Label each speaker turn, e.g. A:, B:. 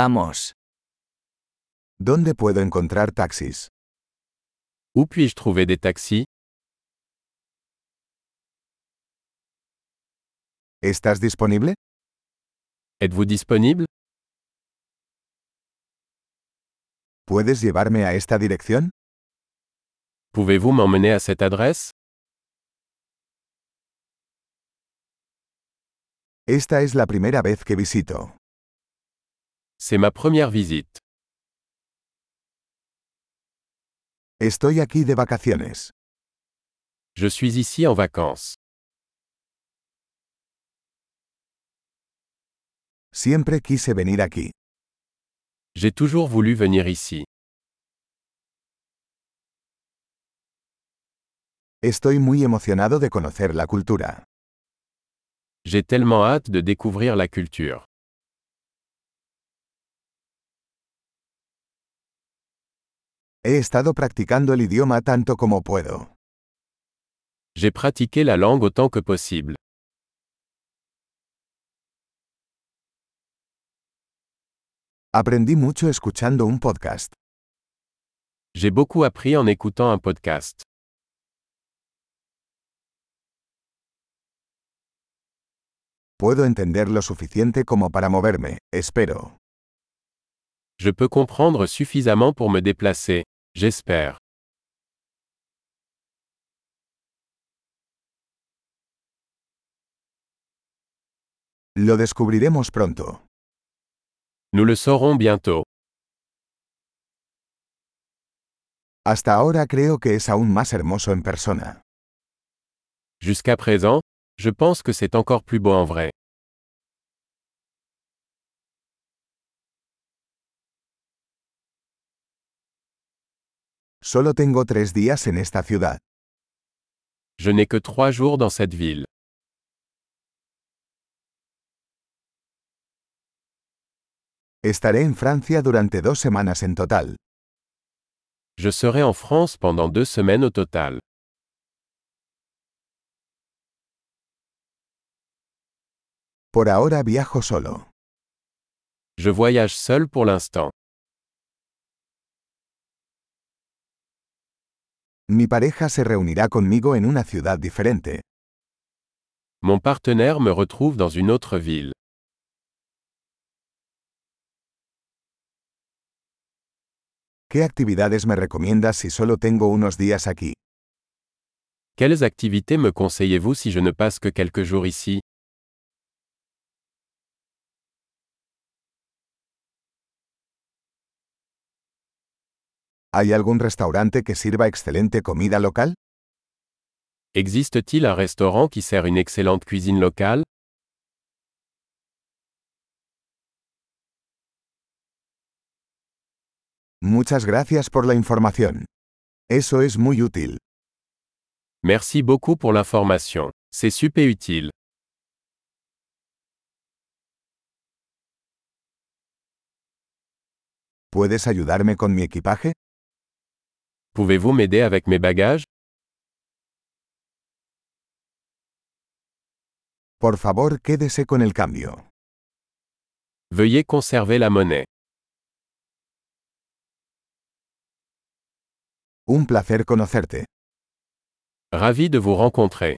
A: Vamos.
B: ¿Dónde puedo encontrar taxis?
C: Où puis-je trouver des taxis
B: ¿Estás disponible?
C: Êtes-vous disponible
B: ¿Puedes llevarme a esta dirección?
C: Pouvez-vous m'emmener à cette adresse
B: Esta es la primera vez que visito.
C: C'est ma première visite.
B: Estoy aquí de vacaciones.
C: Je suis ici en vacances.
B: Siempre quise venir aquí.
C: J'ai toujours voulu venir ici.
B: Estoy muy emocionado de conocer la cultura.
C: J'ai tellement hâte de découvrir la culture.
B: He estado practicando el idioma tanto como puedo.
C: J'ai pratiqué la langue autant que possible.
B: Aprendí mucho escuchando un podcast.
C: J'ai beaucoup appris en écoutant un podcast.
B: Puedo entender lo suficiente como para moverme, espero.
C: Je peux comprendre suffisamment pour me déplacer, j'espère.
B: Lo descubriremos pronto.
C: Nous le saurons bientôt.
B: Hasta ahora creo que es aún más hermoso en persona.
C: Jusqu'à présent, je pense que c'est encore plus beau en vrai.
B: Solo tengo tres días en esta ciudad.
C: Je n'ai que trois jours dans cette ville.
B: Estaré en Francia durante dos semanas en total.
C: Je serai en France pendant deux semaines au total.
B: Por ahora viajo solo.
C: Je voyage seul pour l'instant.
B: Mi pareja se reunirá conmigo en una ciudad diferente.
C: Mon partenaire me retrouve dans une autre ville.
B: ¿Qué actividades me recomiendas si solo tengo unos días aquí?
C: Quelles activités me conseillez-vous si je ne passe que quelques jours ici
B: ¿Hay algún restaurante que sirva excelente comida local?
C: Existe-t-il un restaurant qui sert une excellente cuisine locale
B: Muchas gracias por la información. Eso es muy útil.
C: Merci beaucoup pour l'information. C'est super utile.
B: ¿Puedes ayudarme con mi equipaje?
C: Pouvez-vous m'aider avec mes bagages
B: Por favor, quédese con el cambio.
C: Veuillez conserver la monnaie.
B: Un placer conocerte.
C: Ravi de vous rencontrer.